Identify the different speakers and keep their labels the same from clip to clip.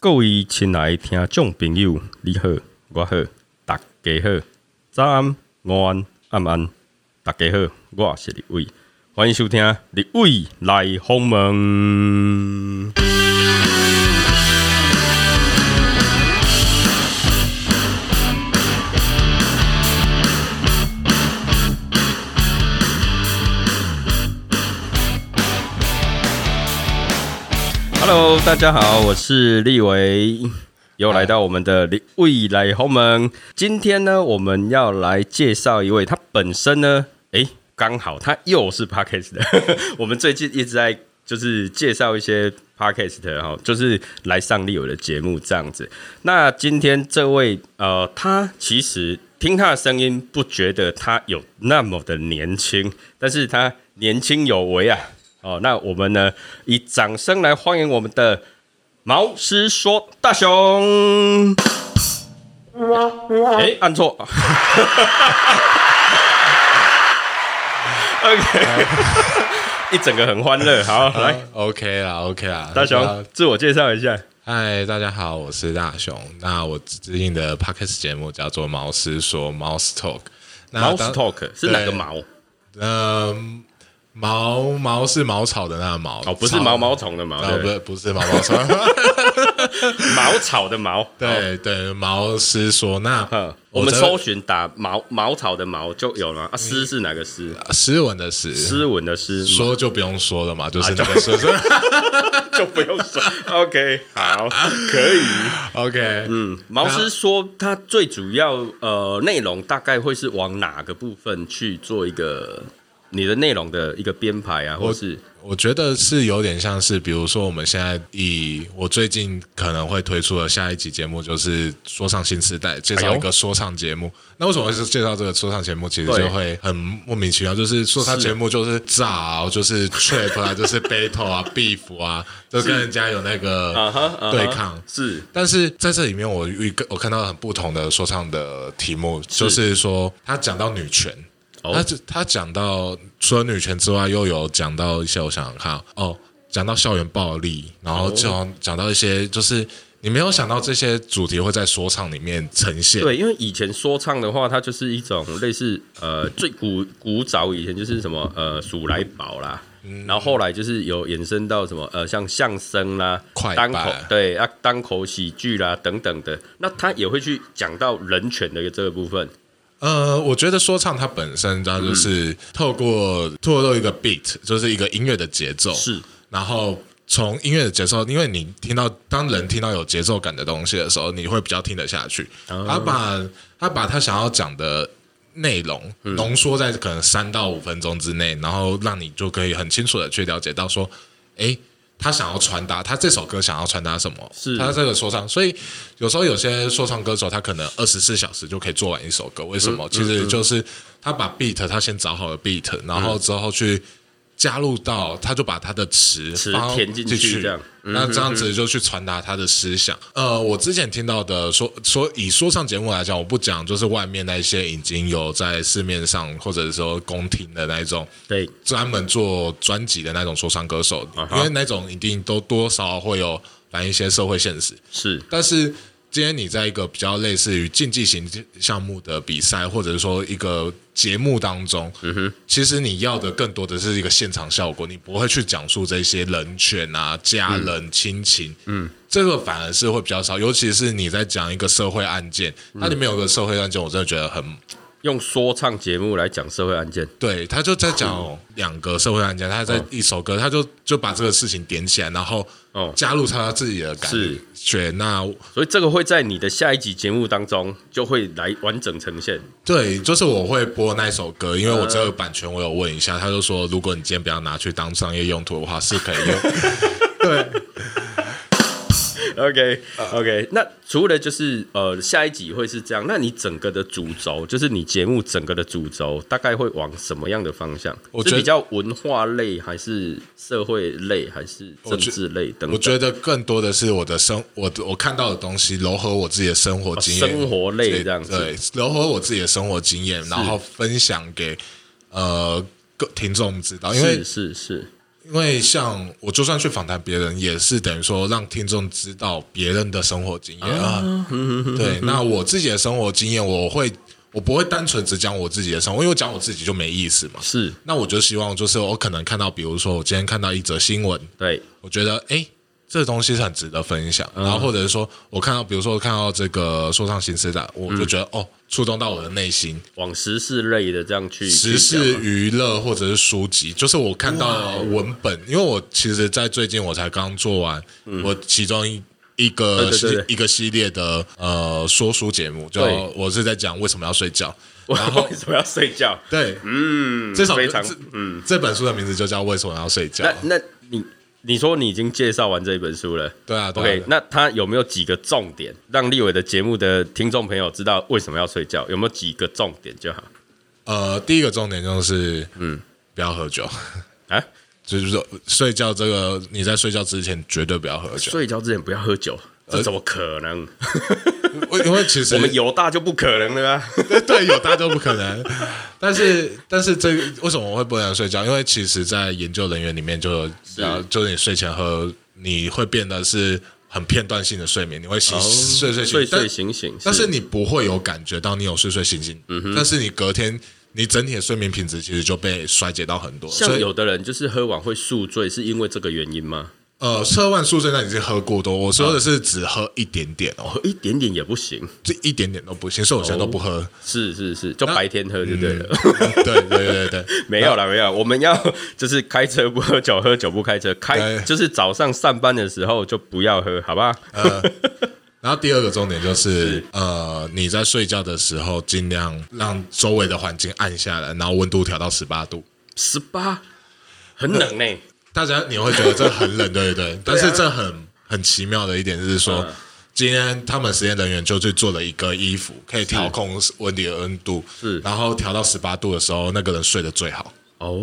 Speaker 1: 各位亲爱的听众朋友，你好，我好，大家好，早安、午安、晚安，大家好，我是李伟，欢迎收听《李伟来访问》。Hello，大家好，我是立维，又来到我们的立未来鸿门。今天呢，我们要来介绍一位，他本身呢，诶，刚好他又是 Podcast 的。 我们最近一直在就是介绍一些 Podcast 哈、哦，就是来上立维的节目这样子。那今天这位呃，他其实听他的声音，不觉得他有那么的年轻，但是他年轻有为啊。哦，那我们呢，以掌声来欢迎我们的毛师说大雄。哎、按错。OK，一整个很欢乐。好，来，
Speaker 2: OK 啦，OK 啦，
Speaker 1: 大雄自我介绍一下。
Speaker 2: 嗨，大家好，我是大雄。那我最近的 podcast 节目叫做《毛师说 Mouse Talk》。那
Speaker 1: Mouse
Speaker 2: 当
Speaker 1: Talk 是哪个
Speaker 2: 对
Speaker 1: 毛？
Speaker 2: 呃，毛毛是毛草的那个毛，
Speaker 1: 哦，不是
Speaker 2: 草
Speaker 1: 毛毛，虫的毛，对
Speaker 2: 呃，不
Speaker 1: 不对
Speaker 2: 是不是毛毛 虫。
Speaker 1: 毛草的毛。哦，
Speaker 2: 对对，毛师说那
Speaker 1: 嗯，我们
Speaker 2: 这
Speaker 1: 搜寻打毛毛草的毛就有
Speaker 2: 嗯
Speaker 1: 了啊。诗是哪个诗？
Speaker 2: 诗呃文的诗，
Speaker 1: 诗文的诗，
Speaker 2: 说就不用说了嘛，
Speaker 1: 啊
Speaker 2: 就是那个说说。
Speaker 1: 就不用说。OK，好，可以。
Speaker 2: OK，
Speaker 1: 嗯，毛师说他最主要呃内容大概会是往哪个部分去做一个你的内容的一个编排啊，或是
Speaker 2: 我觉得是有点像是，比如说我们现在以我最近可能会推出的下一集节目就是说唱新时代，介
Speaker 1: 哎
Speaker 2: 绍一个说唱节目。那为什么会是介绍这个说唱节目？其实
Speaker 1: 对
Speaker 2: 就会很莫名其妙，就是说唱节目就是炸、啊，就是 trap 啊，就是 battle 啊，beef 啊，就跟人家有那
Speaker 1: 啊哈
Speaker 2: 个
Speaker 1: 啊哈
Speaker 2: 对抗。
Speaker 1: 是
Speaker 2: 但是在这里面，我遇个我看到很不同的说唱的题目，就是说他讲到女权，
Speaker 1: 哦
Speaker 2: 他就他讲到除了女权之外，又有讲到一些我想想看哦，讲到校园暴力，然后就讲到一些就是你没有想到这些主题会在说唱里面呈现，
Speaker 1: 对，因为以前说唱的话，它就是一种类似呃最古古早以前就是什么呃鼠来宝啦。然后后来就是有衍生到什么呃，像相声啦、
Speaker 2: 快
Speaker 1: 单
Speaker 2: 板
Speaker 1: 口对啊、单口喜剧啦等等的，那他也会去讲到人权的这个部分。
Speaker 2: 呃，我觉得说唱它本身它就是透过透过一个 beat，就是一个音乐的节奏，
Speaker 1: 是，
Speaker 2: 然后从音乐的节奏，因为你听到当人听到有节奏感的东西的时候，你会比较听得下去。他把他把他想要讲的内容浓缩在可能三到五分钟之内，然后让你就可以很清楚的去了解到说，诶，他想要传达他这首歌想要传达什么，
Speaker 1: 是
Speaker 2: 他这个说唱，所以有时候有些说唱歌手他可能二十四小时就可以做完一首歌，为什么？其实就是他把 beat 他先找好了 beat，然后之后去加入到，他就把他的词
Speaker 1: 词
Speaker 2: 放
Speaker 1: 填进去
Speaker 2: 去，
Speaker 1: 这样嗯
Speaker 2: 那这样子就去传达他的思想。呃，我之前听到的说说以说唱节目来讲，我不讲就是外面那些已经有在市面上或者说公听的那一种。
Speaker 1: 对，
Speaker 2: 专门做专辑的那种说唱歌手
Speaker 1: 啊哈
Speaker 2: 因为那种一定都多少会有反映一些社会现实。
Speaker 1: 是
Speaker 2: 但是今天你在一个比较类似于竞技型项目的比赛，或者说一个节目当中，嗯哼，其实你要的更多的是一个现场效果，你不会去讲述这些人权啊、家人、亲情，嗯，这个反而是会比较少，尤其是你在讲一个社会案件，它里面有个社会案件，我真的觉得很
Speaker 1: 用说唱节目来讲社会案件，
Speaker 2: 对，他就在讲两个社会案件，他在一首歌，他就就把这个事情点起来，然后
Speaker 1: 哦
Speaker 2: 加入他自己的感
Speaker 1: 是
Speaker 2: 觉。那
Speaker 1: 所以这个会在你的下一集节目当中就会来完整呈现。
Speaker 2: 对，就是我会播那首歌，因为我这个版权我有问一下，他就说，如果你今天不要拿去当商业用途的话，是可以用。 对，
Speaker 1: OK
Speaker 2: 啊
Speaker 1: OK，那除了就是呃下一集会是这样，那你整个的主轴就是你节目整个的主轴大概会往什么样的方向？
Speaker 2: 我
Speaker 1: 是
Speaker 2: 觉
Speaker 1: 比
Speaker 2: 得
Speaker 1: 较文化类，还是社会类，还是政
Speaker 2: 觉
Speaker 1: 治类等等？
Speaker 2: 我觉得更多的是我的生，我我看到的东西，柔合我自己的生活经验，
Speaker 1: 哦生活类这样子
Speaker 2: 对，柔合我自己的生活经验，然后分享给呃各听众知道，因为
Speaker 1: 是是是，
Speaker 2: 因为像我就算去访谈别人，也是等于说让听众知道别人的生活经验啊。对，那我自己的生活经验，我会我不会单纯只讲我自己的生活，因为我讲我自己就没意思嘛。
Speaker 1: 是，
Speaker 2: 那我就希望就是我可能看到，比如说我今天看到一则新闻，
Speaker 1: 对，
Speaker 2: 我觉得诶，这东西是很值得分享。然后或者是说我看到，比如说我看到这个说唱新时代，我就觉得、哦，触动到我的内心。
Speaker 1: 往时事类的这样啊去
Speaker 2: 时
Speaker 1: 去
Speaker 2: 事
Speaker 1: 讲嘛
Speaker 2: 娱乐或者是书籍，就是我看到文本，因为我其实，在最近我才刚做完我其中一一
Speaker 1: 对
Speaker 2: 个
Speaker 1: 嗯对
Speaker 2: 系
Speaker 1: 对对
Speaker 2: 一个系列的呃说书节目，就
Speaker 1: 对
Speaker 2: 我是在讲为什么要睡觉，然
Speaker 1: 我
Speaker 2: 后
Speaker 1: 为什么要睡觉？
Speaker 2: 对，
Speaker 1: 嗯，
Speaker 2: 这首
Speaker 1: 非常
Speaker 2: 这
Speaker 1: 嗯，
Speaker 2: 这本书的名字就叫为什么要睡觉
Speaker 1: 那，那你你说你已经介绍完这一本书了。
Speaker 2: 对啊，对
Speaker 1: OK，
Speaker 2: 啊，
Speaker 1: 那他有没有几个重点让立伟的节目的听众朋友知道为什么要睡觉？有没有几个重点就好
Speaker 2: 呃，第一个重点就是嗯，不要喝酒，
Speaker 1: 啊？
Speaker 2: 就是说睡觉这个你在睡觉之前绝对不要喝酒，
Speaker 1: 睡觉之前不要喝酒，
Speaker 2: 呃
Speaker 1: 这怎么可 能？
Speaker 2: 因为其 实
Speaker 1: 我们犹大就不可能了啊！
Speaker 2: 对，有大都不可能。但是，但是这个为什么我会不能睡觉？因为其实，在研究人员里面就啊，就是你睡前喝，你会变得是很片段性的睡眠，你会醒、睡睡醒
Speaker 1: 睡睡
Speaker 2: 但
Speaker 1: 醒醒，
Speaker 2: 但是你不会有感觉到你有睡睡醒醒。但是你隔天，你整体的睡眠品质其实就被衰减到很多。所
Speaker 1: 像
Speaker 2: 以，
Speaker 1: 有的人就是喝完会宿醉，是因为这个原因吗？
Speaker 2: 呃，喝万宿醉那已经喝过多，我说的是只喝一点点哦，
Speaker 1: 一点点也不行，
Speaker 2: 这一点点都不行，所以我现在都不喝。
Speaker 1: 是是是，就白天喝就对了。
Speaker 2: 对嗯对对对，
Speaker 1: 没有啦，没有，我们要就是开车不喝酒，喝酒不开车，开
Speaker 2: 哎
Speaker 1: 就是早上上班的时候就不要喝，好吧？
Speaker 2: 呃然后第二个重点就是，呃，你在睡觉的时候尽量让周围的环境暗下来，然后温度调到十八度。
Speaker 1: 十八很冷呢、
Speaker 2: 大家你会觉得这很冷，对不对？
Speaker 1: 啊
Speaker 2: 但是这很很奇妙的一点是说，
Speaker 1: 嗯
Speaker 2: 今天他们实验人员就去做了一个衣服，可以调控温度的温度，
Speaker 1: 是
Speaker 2: 然后调到十八度的时候，那个人睡得最好。
Speaker 1: 哦，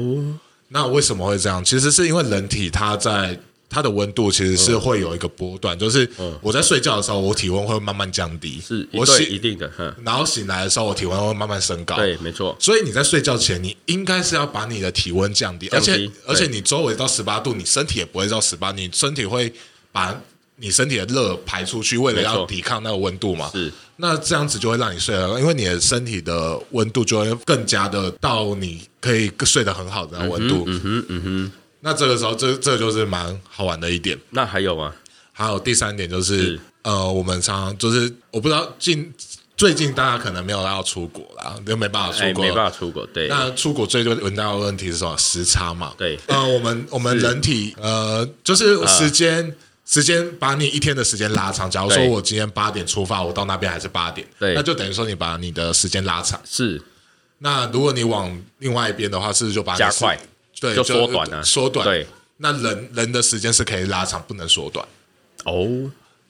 Speaker 2: 那为什么会这样？其实是因为人体它在它的温度其实
Speaker 1: 嗯
Speaker 2: 是会有一个波段，就是我在睡觉的时候，我体温会慢慢降低，
Speaker 1: 是
Speaker 2: 我哦
Speaker 1: 对
Speaker 2: 醒
Speaker 1: 一定的，哼，
Speaker 2: 然后醒来的时候，我体温会慢慢升高。
Speaker 1: 对，，没错，
Speaker 2: 所以你在睡觉前，你应该是要把你的体温降低，
Speaker 1: 降
Speaker 2: 而
Speaker 1: 低
Speaker 2: 且
Speaker 1: 对
Speaker 2: 而且你周围到十八度，你身体也不会到十八，你身体会把你身体的热排出去，为了
Speaker 1: 没
Speaker 2: 要
Speaker 1: 错
Speaker 2: 抵抗那个温度嘛。
Speaker 1: 是
Speaker 2: 那这样子就会让你睡得，因为你的身体的温度就会更加的到你可以睡得很好的那个温度。嗯哼，嗯哼。那这个时候，这这就是蛮好玩的一点。
Speaker 1: 那还有吗？
Speaker 2: 还有第三点就是，
Speaker 1: 是
Speaker 2: 呃，我们常常就是我不知道近最近大家可能没有要出国啦，就没办法出
Speaker 1: 哎，
Speaker 2: 国。
Speaker 1: 没办法出国，对，
Speaker 2: 那出国最多闻到的问题是什么？时差嘛。
Speaker 1: 对
Speaker 2: 呃，我们我们人体呃，就是时间、时间把你一天的时间拉长。假如说
Speaker 1: 啊对
Speaker 2: 我今天八点出发，我到那边还是八点，
Speaker 1: 对
Speaker 2: 那就等于说你把你的时间拉长。
Speaker 1: 是
Speaker 2: 那如果你往另外一边的话，是不是就把你
Speaker 1: 加
Speaker 2: 时
Speaker 1: 快？
Speaker 2: 对，
Speaker 1: 就缩短啊
Speaker 2: 缩短。
Speaker 1: 对，
Speaker 2: 那人人的时间是可以拉长，不能缩短。
Speaker 1: 哦，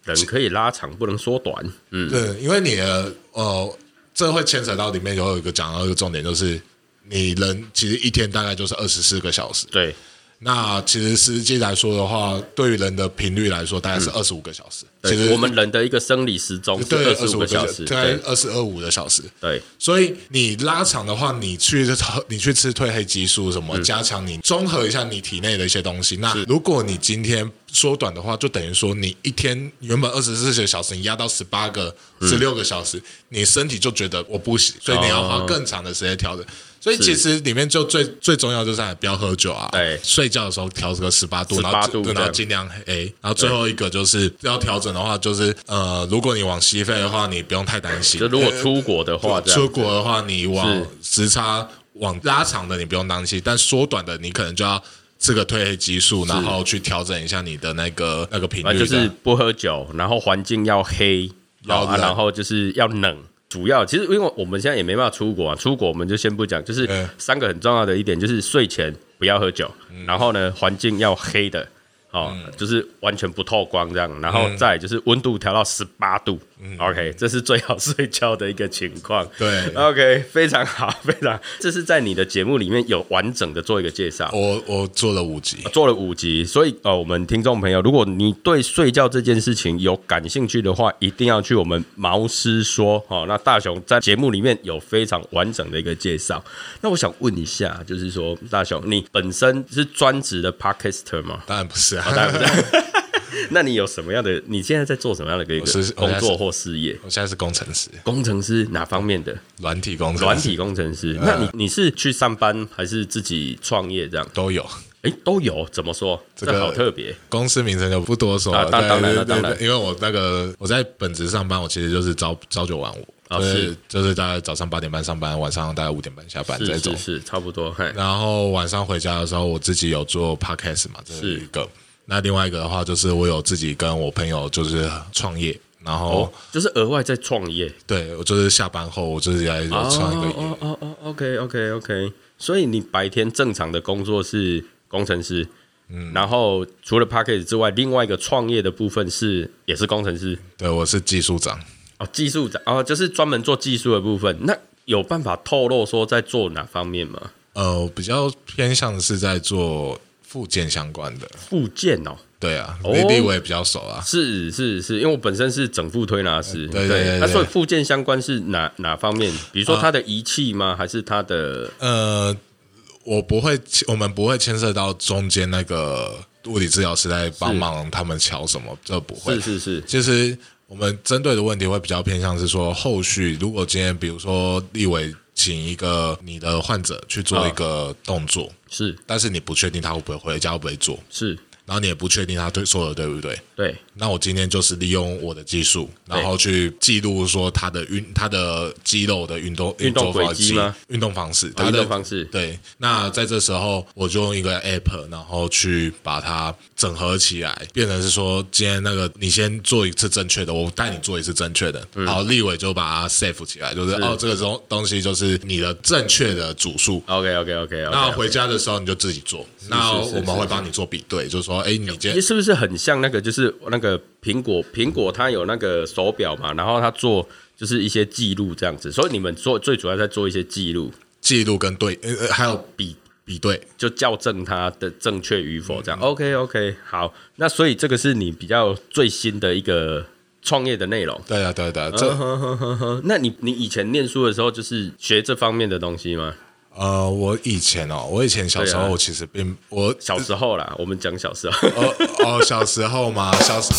Speaker 1: 人可以拉长，不能缩短，嗯，
Speaker 2: 对，因为你的呃，这会牵扯到里面有一个讲到一个重点，就是你人其实一天大概就是二十四个小时。
Speaker 1: 对，
Speaker 2: 那其实实际来说的话，对于人的频率来说，大概是二十五个小时。其实
Speaker 1: 嗯对，我们人的一个生理时钟是
Speaker 2: 对
Speaker 1: 二
Speaker 2: 二十
Speaker 1: 十五
Speaker 2: 五个
Speaker 1: 个
Speaker 2: 小
Speaker 1: 小
Speaker 2: 时，
Speaker 1: 时，
Speaker 2: 大概
Speaker 1: 对
Speaker 2: 二十二五个小时。
Speaker 1: 对，
Speaker 2: 所以你拉长的话，你去喝你去吃褪黑激素什么，
Speaker 1: 嗯
Speaker 2: 加强你综合一下你体内的一些东西。那如果你今天缩短的话，就等于说你一天原本二十四个小时，你压到十八个、
Speaker 1: 嗯
Speaker 2: 十六个小时，你身体就觉得我不行，所以
Speaker 1: 哦
Speaker 2: 你要花更长的时间调整。所以其实里面就最最重要就是不要喝酒啊，
Speaker 1: 对
Speaker 2: 睡觉的时候调这个十八度，
Speaker 1: 18
Speaker 2: 然后
Speaker 1: 度
Speaker 2: 对
Speaker 1: 这
Speaker 2: 然后
Speaker 1: 样
Speaker 2: 尽量黑。然后最后一个就是要调整的话，就是呃，如果你往西飞的话，你不用太担心，
Speaker 1: 就如果出国的话，这
Speaker 2: 呃出
Speaker 1: 样
Speaker 2: 国的话，你往
Speaker 1: 是
Speaker 2: 时差往拉长的你不用担心，但缩短的你可能就要这个褪黑激素，然后去调整一下你的那个那个频
Speaker 1: 啊，
Speaker 2: 率的。
Speaker 1: 就是不喝酒，然后环境要黑，
Speaker 2: 要
Speaker 1: 好啊，
Speaker 2: 冷
Speaker 1: 然后就是要冷。主要其实因为我们现在也没办法出国啊，出国我们就先不讲，就是
Speaker 2: 嗯
Speaker 1: 三个很重要的一点就是睡前不要喝酒，然后呢环境要
Speaker 2: 嗯
Speaker 1: 黑的，哦，就是完全不透光这样，然后再来就是温度调到十八度， OK，这是最好睡觉的一个情况。
Speaker 2: 嗯对
Speaker 1: ，OK，非常好，非常，这是在你的节目里面有完整的做一个介绍。
Speaker 2: 我我做了五集，
Speaker 1: 做了五集，所以呃，我们听众朋友，如果你对睡觉这件事情有感兴趣的话，一定要去我们毛师说哦。那大雄在节目里面有非常完整的一个介绍。那我想问一下，就是说大雄，你本身是专职的 podcaster 吗？
Speaker 2: 当然不是啊，
Speaker 1: 当然不是那你有什么样的？你现在在做什么样的一
Speaker 2: 我
Speaker 1: 个
Speaker 2: 是我
Speaker 1: 工
Speaker 2: 现在
Speaker 1: 作
Speaker 2: 是
Speaker 1: 或事业？
Speaker 2: 我现在是工程师，
Speaker 1: 工程师哪方面的？
Speaker 2: 软体工程师，
Speaker 1: 软体工程师？那你你是去上班还是自己创业这样？
Speaker 2: 都有。
Speaker 1: 诶，都有，怎么说？这
Speaker 2: 个
Speaker 1: 好特别。
Speaker 2: 公司名称就不多说
Speaker 1: 啊
Speaker 2: 了，
Speaker 1: 当
Speaker 2: 对
Speaker 1: 当然
Speaker 2: 对
Speaker 1: 了
Speaker 2: 对
Speaker 1: 当然
Speaker 2: 对因为我那个我在本职上班，我其实就是朝朝九晚五，
Speaker 1: 啊
Speaker 2: 就是就是大概早上八点半上班，晚上大概五点半下班这
Speaker 1: 是
Speaker 2: 种
Speaker 1: 是。是，差不多。嘿，
Speaker 2: 然后晚上回家的时候，我自己有做 podcast 嘛，这是一个。那另外一个的话，就是我有自己跟我朋友就是创业，然后、
Speaker 1: 哦，就是额外在创业。
Speaker 2: 对我就是下班后我就是来创一个业。
Speaker 1: 哦哦哦哦，OK OK OK。所以你白天正常的工作是工程师，嗯，然后除了 p a c k a g e 之外，另外一个创业的部分是也是工程师
Speaker 2: 对，我是技术长。
Speaker 1: 哦，技术长哦，就是专门做技术的部分。那有办法透露说在做哪方面吗？
Speaker 2: 呃，我比较偏向是在做附件相关的，
Speaker 1: 附件哦，
Speaker 2: 对啊，
Speaker 1: 哦
Speaker 2: 立立我也比较熟啊。
Speaker 1: 是是是，因为我本身是整副推拿师，
Speaker 2: 对对对对啊
Speaker 1: 那所以附件相关是哪哪方面？比如说它的仪器吗？还是它的
Speaker 2: 呃，我不会，我们不会牵涉到中间那个物理治疗师在帮忙他们瞧什么，这不会
Speaker 1: 是。是是
Speaker 2: 其实我们针对的问题会比较偏向是说，后续如果今天比如说立委请一个你的患者去做一个动作，
Speaker 1: 是
Speaker 2: 但是你不确定他会不会回家会不会做，
Speaker 1: 是，
Speaker 2: 然后你也不确定他对说的对不对。
Speaker 1: 对。
Speaker 2: 那我今天就是利用我的技术，然后去记录说他的运、他的肌肉的运动
Speaker 1: 运动
Speaker 2: 作方
Speaker 1: 轨迹
Speaker 2: 式
Speaker 1: 吗、
Speaker 2: 运动方式、
Speaker 1: 哦
Speaker 2: 他
Speaker 1: 运
Speaker 2: 的
Speaker 1: 动方式
Speaker 2: 对，那在这时候，我就用一个 app，然后去把它整合起来，变成是说，今天那个你先做一次正确的，我带你做一次正确的，
Speaker 1: 嗯
Speaker 2: 好，立伟就把它 save 起来，就是哦，这个东东西就是你的正确的组数。
Speaker 1: OK OK OK OK。
Speaker 2: 那回家的时候你就自己做，那我们会帮你做比对，就是说，哎，你今天
Speaker 1: 是不是很像那个？就是那个苹果，苹果它有那个手表嘛，然后它做就是一些记录这样子，所以你们做最主要在做一些记录，
Speaker 2: 记录跟对，呃，呃还有比比对，
Speaker 1: 就校正它的正确与否
Speaker 2: 嗯
Speaker 1: 这样。OK OK，好，那所以这个是你比较最新的一个创业的内容。
Speaker 2: 对啊，对啊对啊，这、
Speaker 1: 呵呵呵呵，那你你以前念书的时候就是学这方面的东西吗？
Speaker 2: 呃，我以前哦，我以前小时
Speaker 1: 对啊
Speaker 2: 候其实并我
Speaker 1: 小时候啦，我们讲小时候。
Speaker 2: 哦哦，小时候嘛， 小时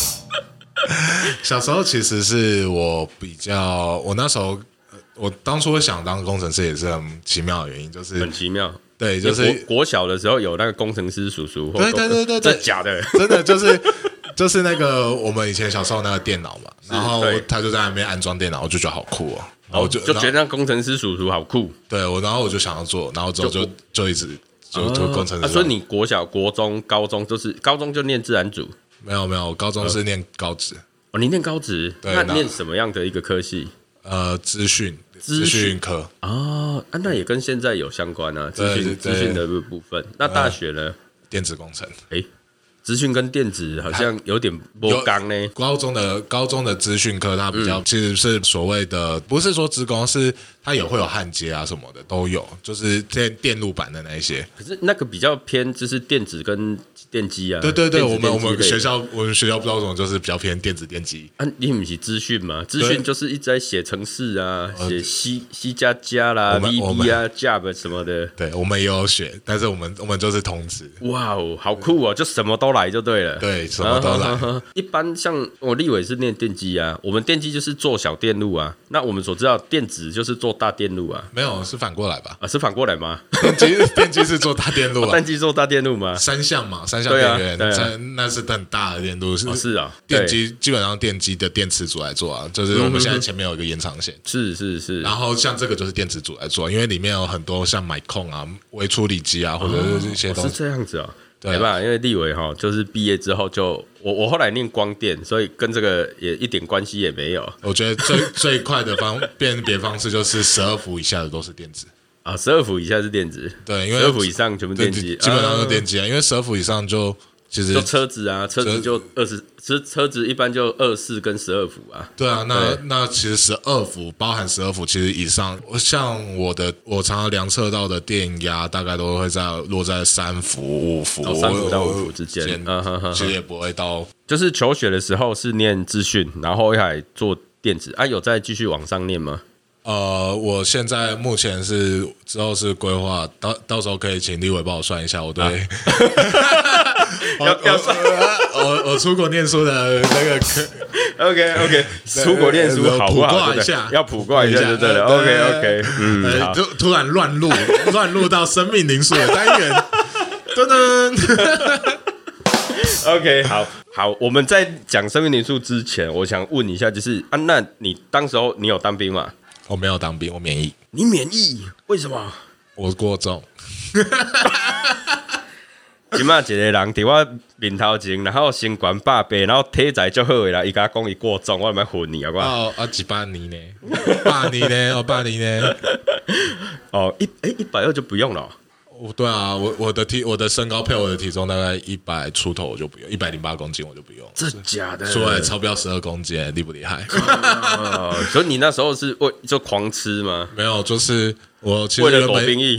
Speaker 2: 小时候其实是我比较，我那时候呃我当初会想当工程师也是很奇妙的原因，就 是
Speaker 1: 很奇妙，
Speaker 2: 对，就是
Speaker 1: 国国小的时候有那个工程师叔叔或
Speaker 2: 对
Speaker 1: 工，
Speaker 2: 对对对
Speaker 1: 这
Speaker 2: 对
Speaker 1: 假的，
Speaker 2: 真的就是就是那个我们以前小时候那个电脑嘛，然后
Speaker 1: 对
Speaker 2: 他就在那边安装电脑，我就觉得好酷哦，然后我就
Speaker 1: 就觉
Speaker 2: 然后
Speaker 1: 得那工程师叔叔好酷，
Speaker 2: 对我，然后我就想要做，然后之后就就一直就就工程
Speaker 1: 啊，
Speaker 2: 师，
Speaker 1: 所以你国小、国中、高中都是高中就念自然组，
Speaker 2: 没有没有，我高中
Speaker 1: 嗯
Speaker 2: 是念高职。
Speaker 1: 哦，你念高职，
Speaker 2: 对
Speaker 1: 那
Speaker 2: 那
Speaker 1: 念什么样的一个科系？
Speaker 2: 呃资讯
Speaker 1: 资讯
Speaker 2: 资讯科，
Speaker 1: 哦，啊，那也跟现在有相关啊，资
Speaker 2: 对
Speaker 1: 讯
Speaker 2: 对嗯
Speaker 1: 资讯的部分。那大学呢？
Speaker 2: 电子工程。
Speaker 1: 诶，资讯跟电子好像有点波刚呢。
Speaker 2: 高中的高中的资讯科，它比较、其实是所谓的，不是说职工，是它也会有焊接啊什么的都有，就是电电路板的那一些。
Speaker 1: 可是那个比较偏就是电子跟电机啊。
Speaker 2: 对对对，
Speaker 1: 电
Speaker 2: 我
Speaker 1: 子
Speaker 2: 们我
Speaker 1: 电机
Speaker 2: 们
Speaker 1: 类的
Speaker 2: 学校我们学校不知道为什么就是比较偏电子电机。
Speaker 1: 啊，你不是资讯嘛？资
Speaker 2: 对哦
Speaker 1: 讯就是一直在写程式啊，写 C C 加加啦、
Speaker 2: 我们我
Speaker 1: VB
Speaker 2: 们
Speaker 1: 啊、Java 什么的。
Speaker 2: 对，我们也有学，但是我们我们就是通知。
Speaker 1: 哇哦，好酷哦！就什么都来就对了。
Speaker 2: 对什么都来
Speaker 1: 啊哈哈哈一般像我立伟是念电机啊，我们电机就是做小电路啊。那我们所知道电子就是做大电路啊，
Speaker 2: 没有，是反过来吧？
Speaker 1: 啊是反过来吗？
Speaker 2: 电机 电机是做大电路啊
Speaker 1: 电，机做大电路吗？
Speaker 2: 三项嘛，三项
Speaker 1: 对啊
Speaker 2: 电源，
Speaker 1: 对啊
Speaker 2: 三那是很大的电路，
Speaker 1: 哦是啊，
Speaker 2: 电
Speaker 1: 对
Speaker 2: 机基本上电机的电池组来做啊，就是我们现在前面有一个延长线，
Speaker 1: 是是是
Speaker 2: 然后像这个就是电池组来做，因为里面有很多像买控啊、微处理机啊，或者是一些
Speaker 1: 哦
Speaker 2: 东
Speaker 1: 是
Speaker 2: 西。
Speaker 1: 这样子啊、
Speaker 2: 对
Speaker 1: 没办法，因为立伟哈，就是毕业之后就我我后来念光电，所以跟这个也一点关系也没有
Speaker 2: 我觉得最最快的方辨别方式就是十二伏以下的都是电子，
Speaker 1: 啊。十二伏以下是电子，
Speaker 2: 对，
Speaker 1: 十
Speaker 2: 因为
Speaker 1: 二伏以上全部
Speaker 2: 对
Speaker 1: 电机，
Speaker 2: 基本上都
Speaker 1: 啊
Speaker 2: 电机啊，因为十二伏以上就其
Speaker 1: 就
Speaker 2: 实
Speaker 1: 车子啊，车子就二十，车车子一般就二四跟十二伏啊。
Speaker 2: 对啊，那
Speaker 1: 对
Speaker 2: 那其实十二伏包含十二伏，其实以上像我的我常常量测到的电压大概都会在落在三伏五伏，
Speaker 1: 哦三伏到五伏之间啊哈哈哈
Speaker 2: 其实也不会到
Speaker 1: 就是求学的时候是念资讯，然后还做电子啊，有再继续往上念吗？
Speaker 2: 呃，我现在目前是之后是规划，到到时候可以请立伟帮我算一下，我 对，我
Speaker 1: 啊要要算
Speaker 2: 我我我出国念书的那个科
Speaker 1: OK OK，出 国念书好不
Speaker 2: 卜
Speaker 1: 好？
Speaker 2: 卦
Speaker 1: 真
Speaker 2: 一
Speaker 1: 的
Speaker 2: 下，
Speaker 1: 要卜卦一下就对了。
Speaker 2: 呃
Speaker 1: OK OK，嗯，
Speaker 2: 呃
Speaker 1: 好
Speaker 2: 突突然乱入， 乱入到生命灵数的单元， 噔噔，
Speaker 1: OK，好好，我们在讲生命灵数之前，我想问一下，就是啊，那你当时候你有当兵吗？
Speaker 2: 我没有当兵，我免疫，
Speaker 1: 你免疫，为什么？
Speaker 2: 我过重，
Speaker 1: 即嘛一个人伫我面头前，然后身悬百倍，然后体材足好诶啦，伊甲我讲伊过重，我咪昏你好不好？
Speaker 2: 哦啊几八年呢，八年呢，哦八年呢，
Speaker 1: 哦，一诶一百二就不用了哦、
Speaker 2: 我对啊，我我的体我的身高配我的体重大概一百出头，我就不用一百零八公斤，我就不用。
Speaker 1: 这假的
Speaker 2: 出 来超标十二公斤，厉不厉害？嗯
Speaker 1: 哦，所以你那时候是为就狂吃吗？
Speaker 2: 没有，就是我其实
Speaker 1: 为
Speaker 2: 原
Speaker 1: 了狗兵
Speaker 2: 本
Speaker 1: 役，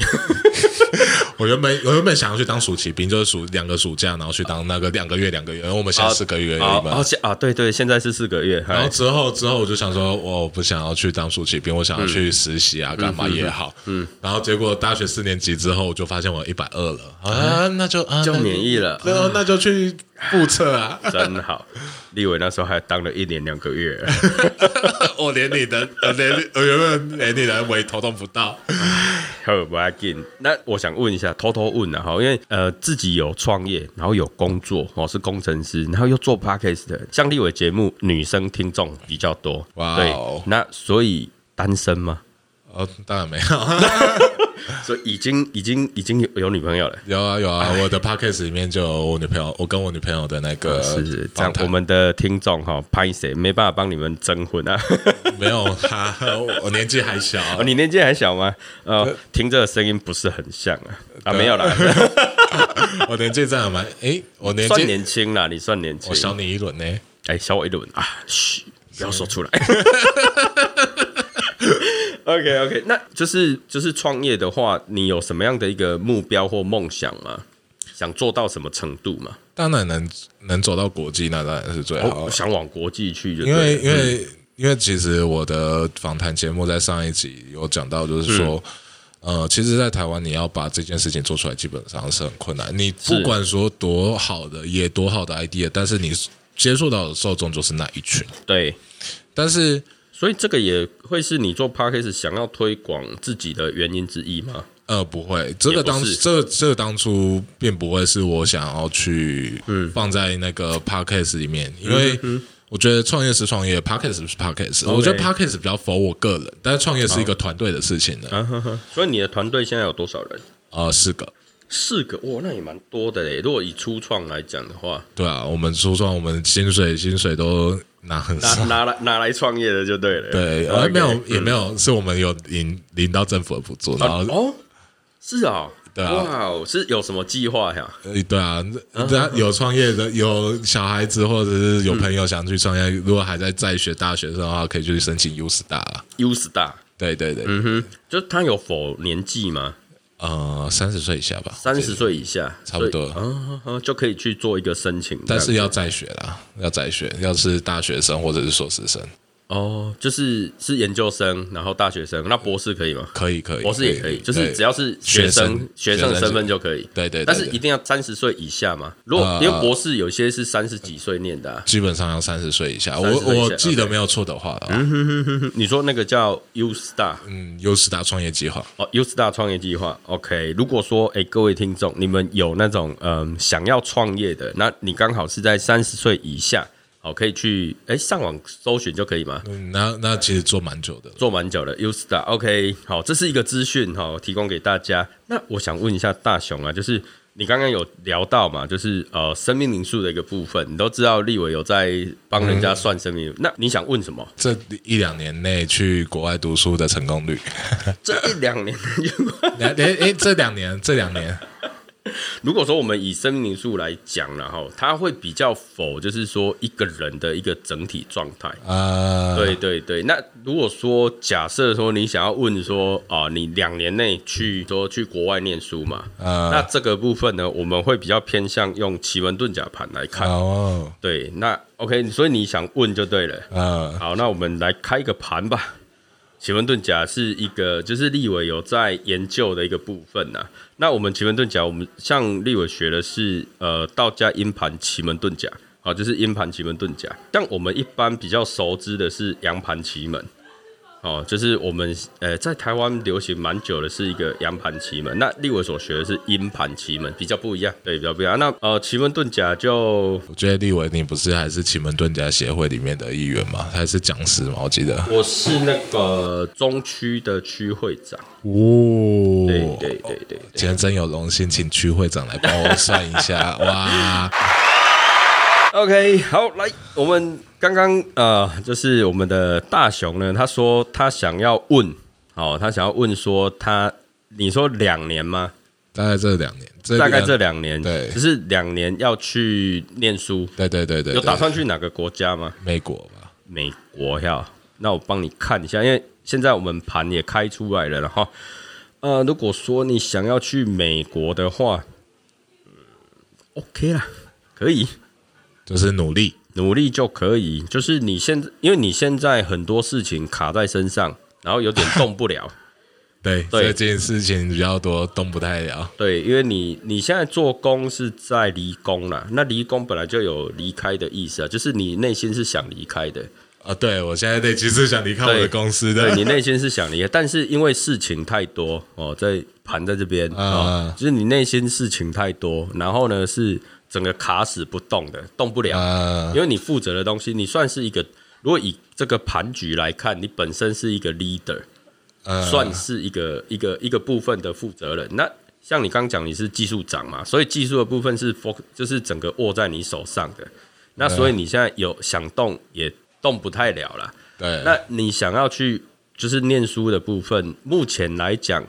Speaker 2: 我原本我原本想要去当暑期兵，就是暑两个暑假，然后去当那个两个月两个月，因为我们现在四个月而
Speaker 1: 哦
Speaker 2: 已
Speaker 1: 哦
Speaker 2: 嘛。
Speaker 1: 现啊，对对，现在是四个月，哎
Speaker 2: 然后
Speaker 1: 嗨
Speaker 2: 之后之后我就想说，我不想要去当暑期兵，我想要去实习啊，干嘛也好。嗯。然后结果大学四年级之后，我就发现我一百二了啊，那就啊
Speaker 1: 嗯就
Speaker 2: 那
Speaker 1: 免疫 了，嗯
Speaker 2: 那那就去复测 啊。
Speaker 1: 真好。立伟那时候还当了一年两个月，
Speaker 2: 我连你的，我连我原本连你的尾头都不到。
Speaker 1: 好不要紧。那我想问一下，偷偷问啊，哈，因为呃自己有创业，然后有工作，哦是工程师，然后又做 podcast 的，像立伟节目女生听众比较多，
Speaker 2: 哇
Speaker 1: 对
Speaker 2: 哦，
Speaker 1: 那所以单身吗？
Speaker 2: 哦，当然没有。
Speaker 1: 所以已经已经已经有有女朋友了。
Speaker 2: 有啊有啊，
Speaker 1: 哎
Speaker 2: 我的 podcast 里面就有我女朋友，我跟我女朋友的那个
Speaker 1: 啊是是，这样
Speaker 2: 访谈
Speaker 1: 呃我们的听众哈，拍谁没办法帮你们征婚啊？
Speaker 2: 没有她，我年纪还 小，啊
Speaker 1: 哦，你年纪还小吗？呃，听这个声音不是很像啊啊，
Speaker 2: 对
Speaker 1: 没有 啦，
Speaker 2: 我年纪真的蛮诶，我年
Speaker 1: 算
Speaker 2: 纪
Speaker 1: 年轻啦，你算年
Speaker 2: 我小
Speaker 1: 轻，
Speaker 2: 你一轮呢。
Speaker 1: 哎，小我一轮啊，嘘，不要说出来。OK OK，那就是就是创业的话，你有什么样的一个目标或梦想吗？想做到什么程度吗？
Speaker 2: 当然能能走到国际，那当然是最好
Speaker 1: 哦，
Speaker 2: 的，
Speaker 1: 想往国际去就对嗯
Speaker 2: 因
Speaker 1: 了，
Speaker 2: 为因为因为其实我的访谈节目在上一集有讲到，就是说。
Speaker 1: 嗯
Speaker 2: 呃，其实，在台湾，你要把这件事情做出来，基本上是很困难。你不
Speaker 1: 是
Speaker 2: 管说多好的，也多好的 idea，但是你接触到的受众就是那一群。
Speaker 1: 对。
Speaker 2: 但是
Speaker 1: 所以这个也会是你做 podcast 想要推广自己的原因之一吗？
Speaker 2: 呃，不会，这个当
Speaker 1: 也不是
Speaker 2: 这个这个当初并不会是我想要去
Speaker 1: 嗯
Speaker 2: 放在那个 podcast 里面，因为我觉得创业是创业，podcast 是 podcast，我觉得 podcast 比较符合我个人，但是创业是一个团队的事情的，
Speaker 1: 啊所以你的团队现在有多少人？
Speaker 2: 呃，四个，
Speaker 1: 四个，哇，那也蛮多的嘞。如果以初创来讲的 话，
Speaker 2: 对啊，我们初创，我们薪水薪水都拿很
Speaker 1: 拿
Speaker 2: 少，
Speaker 1: 拿来拿来创业的就啊对了。
Speaker 2: 对，
Speaker 1: OK 嗯
Speaker 2: 呃，没有也没有，是我们有领领到政府的补助，然后
Speaker 1: 哦，是啊、哦，
Speaker 2: 对啊
Speaker 1: 哇哦，是有什么计划呀？
Speaker 2: 呃，对啊，
Speaker 1: 嗯
Speaker 2: 对啊，有创业的，有小孩子或者是有朋友想去创业，
Speaker 1: 嗯
Speaker 2: 如果还在在学大学生的话，可以去申请 U Star 啊。
Speaker 1: u Star，
Speaker 2: 对对对，
Speaker 1: 嗯哼，就他有否年纪吗？
Speaker 2: 呃，三十岁以下吧，
Speaker 1: 三十岁以下，
Speaker 2: 差不多
Speaker 1: 所以啊啊啊就可以去做一个申请这样。
Speaker 2: 但是要在学啦，要在学，要是大学生或者是硕士生，
Speaker 1: 哦，就是是研究生，然后大学生，那博士可以吗？
Speaker 2: 可以可以，
Speaker 1: 博士也可以，就是只要是学
Speaker 2: 学
Speaker 1: 生
Speaker 2: 生
Speaker 1: 学生的
Speaker 2: 学生
Speaker 1: 身份就可以。
Speaker 2: 对对对
Speaker 1: 但是
Speaker 2: 对
Speaker 1: 一定要三十岁以下嘛？如果
Speaker 2: 呃
Speaker 1: 因为博士有些是三十几岁念的啊，
Speaker 2: 基本上要三十岁以下。
Speaker 1: 30
Speaker 2: 我
Speaker 1: 岁以下嗯
Speaker 2: 我记得没有错的话的话，
Speaker 1: 你说那个叫 U Star
Speaker 2: 嗯，U Star 创业计划，
Speaker 1: 哦，U Star 创业计划。OK，如果说哎，各位听众，你们有那种嗯想要创业的，那你刚好是在三十岁以下，哦，可以去哎上网搜寻就可以吗？
Speaker 2: 嗯，那那其实做蛮久的。
Speaker 1: 做蛮久了 u s t a r OK，好，这是一个资讯哈，提供给大家。那我想问一下大雄啊，就是你刚刚有聊到嘛，就是呃生命灵数的一个部分，你都知道立伟有在帮人家算生命灵数、那你想问什么？
Speaker 2: 这一两年内去国外读书的成功率，
Speaker 1: 这一两年
Speaker 2: 哎哎，诶这两年这两年
Speaker 1: 如果说我们以生命灵数来讲了哈，它会比较否，就是说一个人的一个整体状态。
Speaker 2: 呃，
Speaker 1: 对对对，那如果说假设说你想要问说啊、你两年内去说去国外念书嘛，
Speaker 2: 呃
Speaker 1: 那这个部分呢，我们会比较偏向用奇门遁甲盘来看。
Speaker 2: 哦，
Speaker 1: 对，那 OK，所以你想问就对了。
Speaker 2: 呃，
Speaker 1: 好，那我们来开个盘吧。奇门遁甲是一个，就是立伟有在研究的一个部分呐、啊那我们奇门遁甲，我们像立伟学的是呃道家阴盘奇门遁甲，好，就是阴盘奇门遁甲。像我们一般比较熟知的是阳盘奇门，哦，就是我们呃在台湾流行蛮久的是一个阳盘奇门。那立伟所学的是阴盘奇门，比较不一样，对，比较不一样。那呃奇门遁甲就
Speaker 2: 我觉得立伟你不是还是奇门遁甲协会里面的一员吗？还是讲师吗？我记得。
Speaker 1: 我是那个中区的区会长。
Speaker 2: 哦，
Speaker 1: 对对对对对，
Speaker 2: 今天真有荣幸，请区会长来帮我算一 下。哇，
Speaker 1: OK，好，来，我们刚刚呃，就是我们的大雄呢，他说他想要问，哦，他想要问说他，你说两年吗？
Speaker 2: 大概这两年，这
Speaker 1: 大概这，两年，
Speaker 2: 对
Speaker 1: 就是两年要去念书，
Speaker 2: 对对对对，
Speaker 1: 有
Speaker 2: 对
Speaker 1: 打算去哪个国家吗？
Speaker 2: 美国吧？
Speaker 1: 美国呀，那我帮你看一下，因为现在我们盘也开出来了，然后，呃，如果说你想要去美国的话、嗯、，OK 啦，可以。
Speaker 2: 就是努力，
Speaker 1: 努力就可以。就是你现在，因为你现在很多事情卡在身上，然后有点动不了。
Speaker 2: 对
Speaker 1: 对
Speaker 2: 这件事情比较多，动不太了。
Speaker 1: 对，因为你你现在做工是在离工啦，那离工本来就有离开的意思啊，就是你内心是想离开的，
Speaker 2: 啊，对我现在得其实想离开我
Speaker 1: 对
Speaker 2: 的公司
Speaker 1: 对
Speaker 2: 的
Speaker 1: 你内心是想离开，但是因为事情太多哦，在盘在这边啊、哦
Speaker 2: 啊，
Speaker 1: 就是你内心事情太多，然后呢是整个卡死不动的，动不了。
Speaker 2: 啊
Speaker 1: 因为你负责的东西，你算是一个，如果以这个盘局来看，你本身是一个 leader，、
Speaker 2: 嗯
Speaker 1: 算是一个一个一个部分的负责人。那像你刚讲，你是技术长嘛，所以技术的部分是 fo 就是整个握在你手上的。那所以你现在有想动也动不太了了。
Speaker 2: 对，
Speaker 1: 那你想要去就是念书的部分，目前来讲，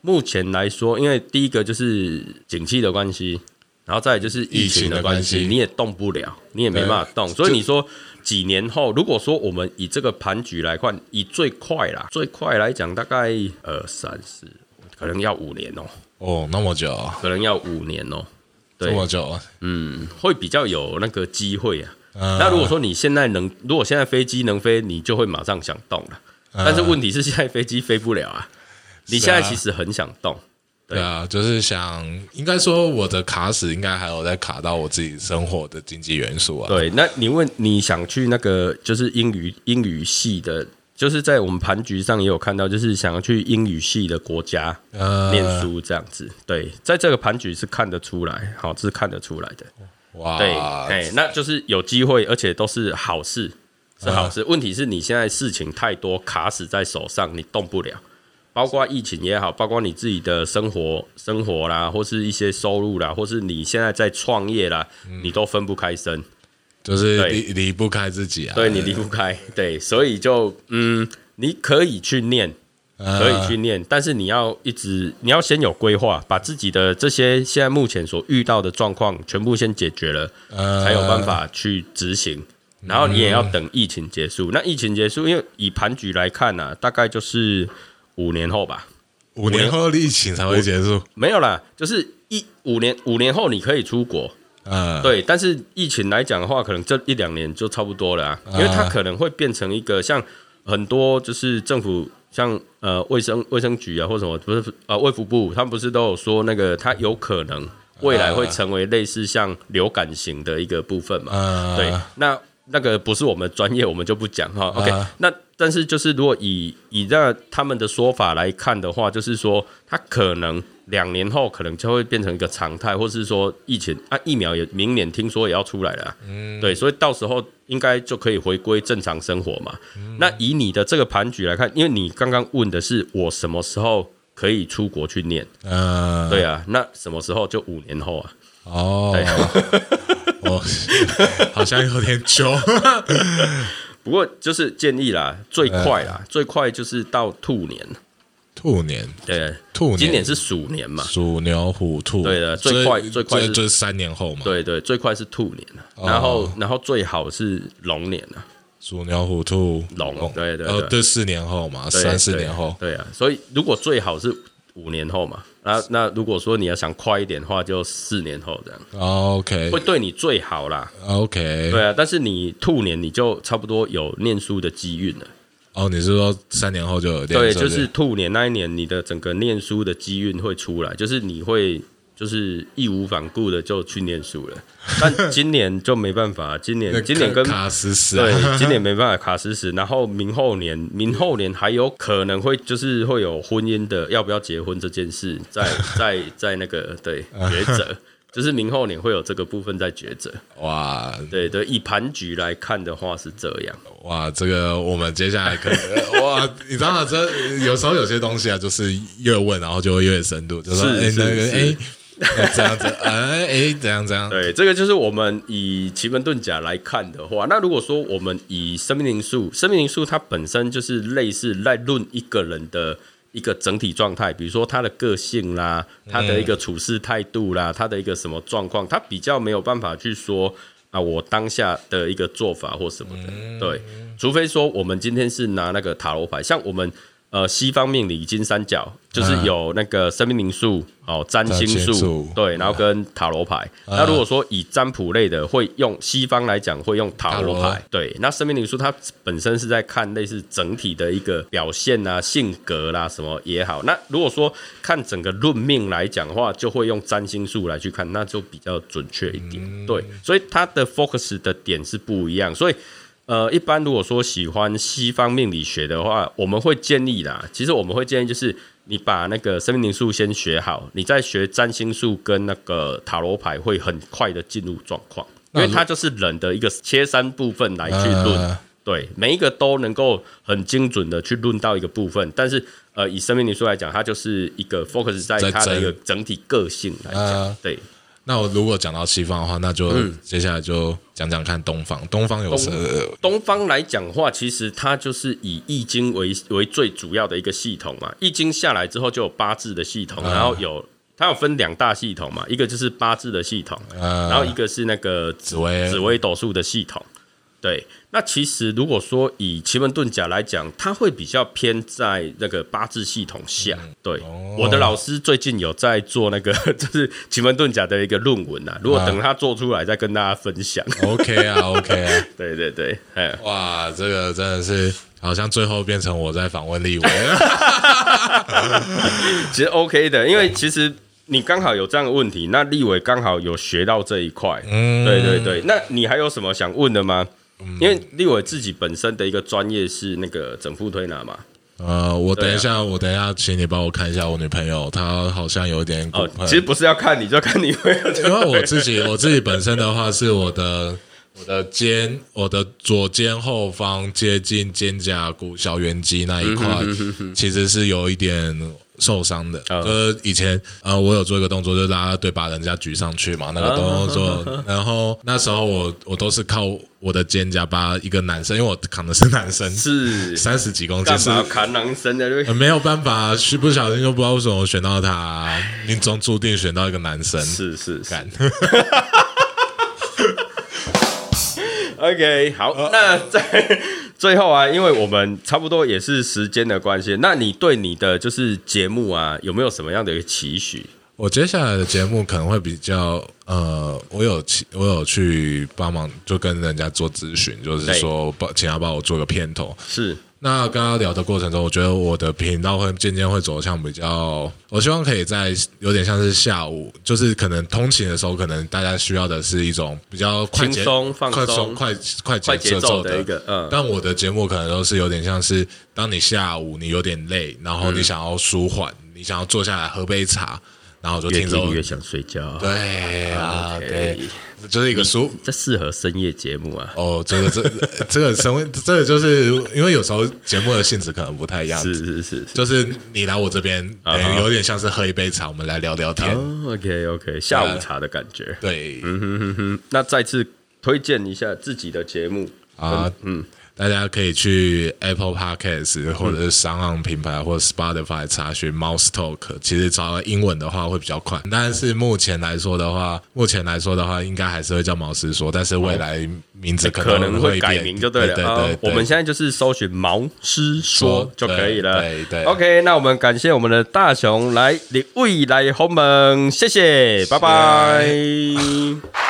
Speaker 1: 目前来说，因为第一个就是景气的关系，然后再来就是疫情的关系，
Speaker 2: 疫情的关系
Speaker 1: 你也动不了，你也没办法动，
Speaker 2: 对
Speaker 1: 所以你说。几年后，如果说我们以这个盘局来看，以最快啦，最快来讲，大概二三四，可能要五年哦、
Speaker 2: 哦，那么久，
Speaker 1: 可能要五年哦、
Speaker 2: 这
Speaker 1: 对，
Speaker 2: 么久，
Speaker 1: 嗯，会比较有那个机会啊。
Speaker 2: 嗯
Speaker 1: 那如果说你现在能，如果现在飞机能飞，你就会马上想动了。但是问题是，现在飞机飞不了啊。你现在其实很想动，
Speaker 2: 对啊，就是想，应该说我的卡死应该还有在卡到我自己生活的经济元素啊。
Speaker 1: 对。那你问你想去那个就是英语英语系的，就是在我们盘局上也有看到，就是想要去英语系的国家
Speaker 2: 呃，
Speaker 1: 念书这样子。对，在这个盘局是看得出来，好是看得出来的。
Speaker 2: 哇，
Speaker 1: 对，哎，那就是有机会，而且都是好事，是好事。问题是你现在事情太多，卡死在手上，你动不了。包括疫情也好，包括你自己的生活、生活啦，或是一些收入啦，或是你现在在创业啦，你都分不开身，
Speaker 2: 就是
Speaker 1: 对
Speaker 2: 离离不开自己啊。
Speaker 1: 对你离不开，对，所以就嗯，你可以去念，可
Speaker 2: 可
Speaker 1: 以去念，但是你要一直，你要先有规划，把自己的这些现在目前所遇到的状况全部先解决了，才有办法去执行。然后你也要等疫情结束。那疫情结束，因为以盘局来看呢、大概就是五年后吧。
Speaker 2: 五年后的疫情才会结束。
Speaker 1: 没有啦，就是一五年五年后你可以出国，
Speaker 2: 嗯，
Speaker 1: 对。但是疫情来讲的话，可能这一两年就差不多了、啊，因为它可能会变成一个像很多就是政府像呃卫生卫生局啊或什么不是呃卫福部，他们不是都有说那个它有可能未来会成为类似像流感型的一个部分嘛？
Speaker 2: 嗯，
Speaker 1: 对，那那个不是我们专业，我们就不讲哈。OK，、
Speaker 2: 啊
Speaker 1: 那但是就是如果以以那他们的说法来看的话，就是说它可能两年后可能就会变成一个常态，或是说疫情啊疫苗也明年听说也要出来了啊、
Speaker 2: 嗯
Speaker 1: 对，所以到时候应该就可以回归正常生活嘛。那以你的这个盘局来看，因为你刚刚问的是我什么时候可以出国去念，
Speaker 2: 嗯，
Speaker 1: 对啊，那什么时候就五年后啊。
Speaker 2: 哦， 我好像有点久。哎
Speaker 1: 不过就是建议啦，最快啦，最快就是到兔年，
Speaker 2: 兔年，
Speaker 1: 对，
Speaker 2: 兔年
Speaker 1: 今年是鼠年嘛，
Speaker 2: 鼠牛虎兔，
Speaker 1: 对的
Speaker 2: 所以
Speaker 1: 最快最快
Speaker 2: 这
Speaker 1: 是
Speaker 2: 就是三年后嘛，，
Speaker 1: 对对，最快是兔年啊
Speaker 2: 哦
Speaker 1: 然后然后最好是龙年啊，
Speaker 2: 鼠牛虎兔
Speaker 1: 龙对对
Speaker 2: 呃，
Speaker 1: 对
Speaker 2: 对，四年后嘛，
Speaker 1: 对
Speaker 2: 三四
Speaker 1: 对
Speaker 2: 年后，
Speaker 1: 对啊，所以如果最好是五年后嘛，那那如果说你要想快一点的话，就四年后这样，
Speaker 2: OK
Speaker 1: 会对你最好啦。
Speaker 2: OK，
Speaker 1: 对啊，但是你兔年你就差不多有念书的机运了。
Speaker 2: 哦，你是说三年后就有恋
Speaker 1: 对，
Speaker 2: 人
Speaker 1: 就
Speaker 2: 不
Speaker 1: 是兔年那一年，你的整个念书的机运会出来，就是你会就是义无反顾的就去念书了。 但今年就没办法，今
Speaker 2: 那
Speaker 1: 年今年跟
Speaker 2: 卡斯斯啊
Speaker 1: 对，今年没办法卡死死，然后明后年，明后年还有可能会就是会有婚姻的要不要结婚这件事， 在在在那个对抉择，就是明后年会有这个部分在抉择。
Speaker 2: 哇
Speaker 1: 对对，以盘局来看的话是这样，
Speaker 2: 哇，这个我们接下来可 能哇，你知道吗这有时候有些东西啊，就是越问然后就会越深度，就是
Speaker 1: 是是
Speaker 2: 哎那个
Speaker 1: 是
Speaker 2: 哎。那这样子， 哎哎，怎样怎样？
Speaker 1: 对，这个就是我们以奇门遁甲来看的话，那如果说我们以生命灵数，生命灵数它本身就是类似在论一个人的一个整体状态，比如说他的个性啦，他的一个处事态度啦，他的一个什么状况，他比较没有办法去说啊，我当下的一个做法或什么的，
Speaker 2: 嗯
Speaker 1: 对，除非说我们今天是拿那个塔罗牌，像我们。呃，西方命理金三角就是
Speaker 2: 嗯
Speaker 1: 有那个生命灵数哦，占
Speaker 2: 占
Speaker 1: 星
Speaker 2: 星
Speaker 1: 术
Speaker 2: 术，
Speaker 1: 对，然后跟塔罗牌。那如果说以占卜类的，会用西方来讲，会用塔罗
Speaker 2: 塔
Speaker 1: 牌
Speaker 2: 罗。
Speaker 1: 对，那生命灵数它本身是在看类似整体的一个表现啊、性格啦、什么也好。那如果说看整个论命来讲的话，就会用占星术来去看，那就比较准确一点。对，所以它的 focus 的点是不一样，所以。呃，一般如果说喜欢西方命理学的话，我们会建议啦。其实我们会建议就是你把那个生命灵数先学好，你再学占星术跟那个塔罗牌，会很快的进入状况，因为它就是人的一个切三部分来去论。
Speaker 2: 呃
Speaker 1: 对，每一个都能够很精准的去论到一个部分，但是呃，以生命灵数来讲，它就是一个 focus 在
Speaker 2: 在
Speaker 1: 它的
Speaker 2: 整
Speaker 1: 一个整体个性来讲，
Speaker 2: 呃
Speaker 1: 对，
Speaker 2: 那我如果讲到西方的话，那就接下来就讲讲看东方。东方有什么？
Speaker 1: 东方来讲的话，其实它就是以易经为为最主要的一个系统嘛。易经下来之后，就有八字的系统，然后有它有分两大系统嘛，一个就是八字的系统，
Speaker 2: 呃
Speaker 1: 然后一个是那个
Speaker 2: 紫薇
Speaker 1: 紫微斗数的系统。对，那其实如果说以奇门遁甲来讲，它会比较偏在那个八字系统下。对，我的老师最近有在做那个 就是奇门遁甲的一个论文啊，如果等他做出来再跟大家分享。
Speaker 2: OK 啊，OK 啊，
Speaker 1: 对对对，哎。
Speaker 2: 哇，这个真的是好像最后变成我在访问立伟，
Speaker 1: 其实 OK 的，因为其实你刚好有这样的问题，那立伟刚好有学到这一块，
Speaker 2: 嗯
Speaker 1: 对对对。那你还有什么想问的吗？因为立伟自己本身的一个专业是那个整副推拿嘛，
Speaker 2: 呃，我等一
Speaker 1: 对啊
Speaker 2: 下，我等一下，请你帮我看一下我女朋友，她好像有点骨
Speaker 1: 哦，
Speaker 2: 盆。
Speaker 1: 其实不是要看你，就看你会有这
Speaker 2: 因
Speaker 1: 个。
Speaker 2: 为我自己我自己本身的话是我的我的肩我的左肩后方接近肩胛骨小圆肌那一
Speaker 1: 嗯
Speaker 2: 块，其实是有一点受伤的。
Speaker 1: 嗯
Speaker 2: 就是以前呃，我有做一个动作，就是拉对把人家举上去嘛，那
Speaker 1: 啊
Speaker 2: 个动作。然后那时候我我都是靠我的肩胛把一个男生，因为我扛的是男生，
Speaker 1: 是
Speaker 2: 三十几公斤
Speaker 1: 干
Speaker 2: 是
Speaker 1: 嘛砍男生的？
Speaker 2: 呃没有办法，是不小心就不知道为什么我选到他，命中注定选到一个男生。
Speaker 1: 是是是
Speaker 2: 干。
Speaker 1: OK，好，那在 最后啊，因为我们差不多也是时间的关系，那你对你的就是节目啊，有没有什么样的一个期许？
Speaker 2: 我接下来的节目可能会比较呃，我有去我有去帮忙，就跟人家做咨询，就是说帮请他帮我做个片头。
Speaker 1: 是
Speaker 2: 那刚刚聊的过程中，我觉得我的频道会渐渐会走向比较，我希望可以在有点像是下午，就是可能通勤的时候，可能大家需要的是一种比较快节
Speaker 1: 轻松放松
Speaker 2: 快松、快
Speaker 1: 快
Speaker 2: 快
Speaker 1: 节
Speaker 2: 节
Speaker 1: 奏
Speaker 2: 奏
Speaker 1: 的一个嗯
Speaker 2: 但我的节目可能都是有点像是，当你下午你有点累，然后你想要舒缓，你想要坐下来喝杯茶，然后我就
Speaker 1: 越
Speaker 2: 听着我
Speaker 1: 听越想睡觉。
Speaker 2: 对啊，
Speaker 1: OK
Speaker 2: 对，就是一个舒
Speaker 1: 这适合深夜节目啊。
Speaker 2: 哦，这个这这个身为这个就是因为有时候节目的性质可能不太一样，
Speaker 1: 是是是是。
Speaker 2: 就是你来我这边，
Speaker 1: 啊哈
Speaker 2: 等于有点像是喝一杯茶，我们来聊聊天。
Speaker 1: 哦，OK OK，下午茶的感觉。
Speaker 2: 对
Speaker 1: 嗯哼哼哼，那再次推荐一下自己的节目。
Speaker 2: 啊，
Speaker 1: 嗯，
Speaker 2: 大家可以去 Apple Podcast 或者是商岸品牌或者 Spotify 查询 Mouse Talk。其实找英文的话会比较快，但是目前来说的话，目前来说的话，应该还是会叫毛师说，但是未来名字
Speaker 1: 可能
Speaker 2: 能
Speaker 1: 会
Speaker 2: 会
Speaker 1: 改
Speaker 2: 变
Speaker 1: 名就对了。
Speaker 2: 对
Speaker 1: 啊
Speaker 2: 对对
Speaker 1: 我们现在就是搜寻“毛师说
Speaker 2: 说”
Speaker 1: 就可以了。
Speaker 2: 对对对
Speaker 1: OK，那我们感谢我们的大雄来你未来鸿门，谢谢，拜拜。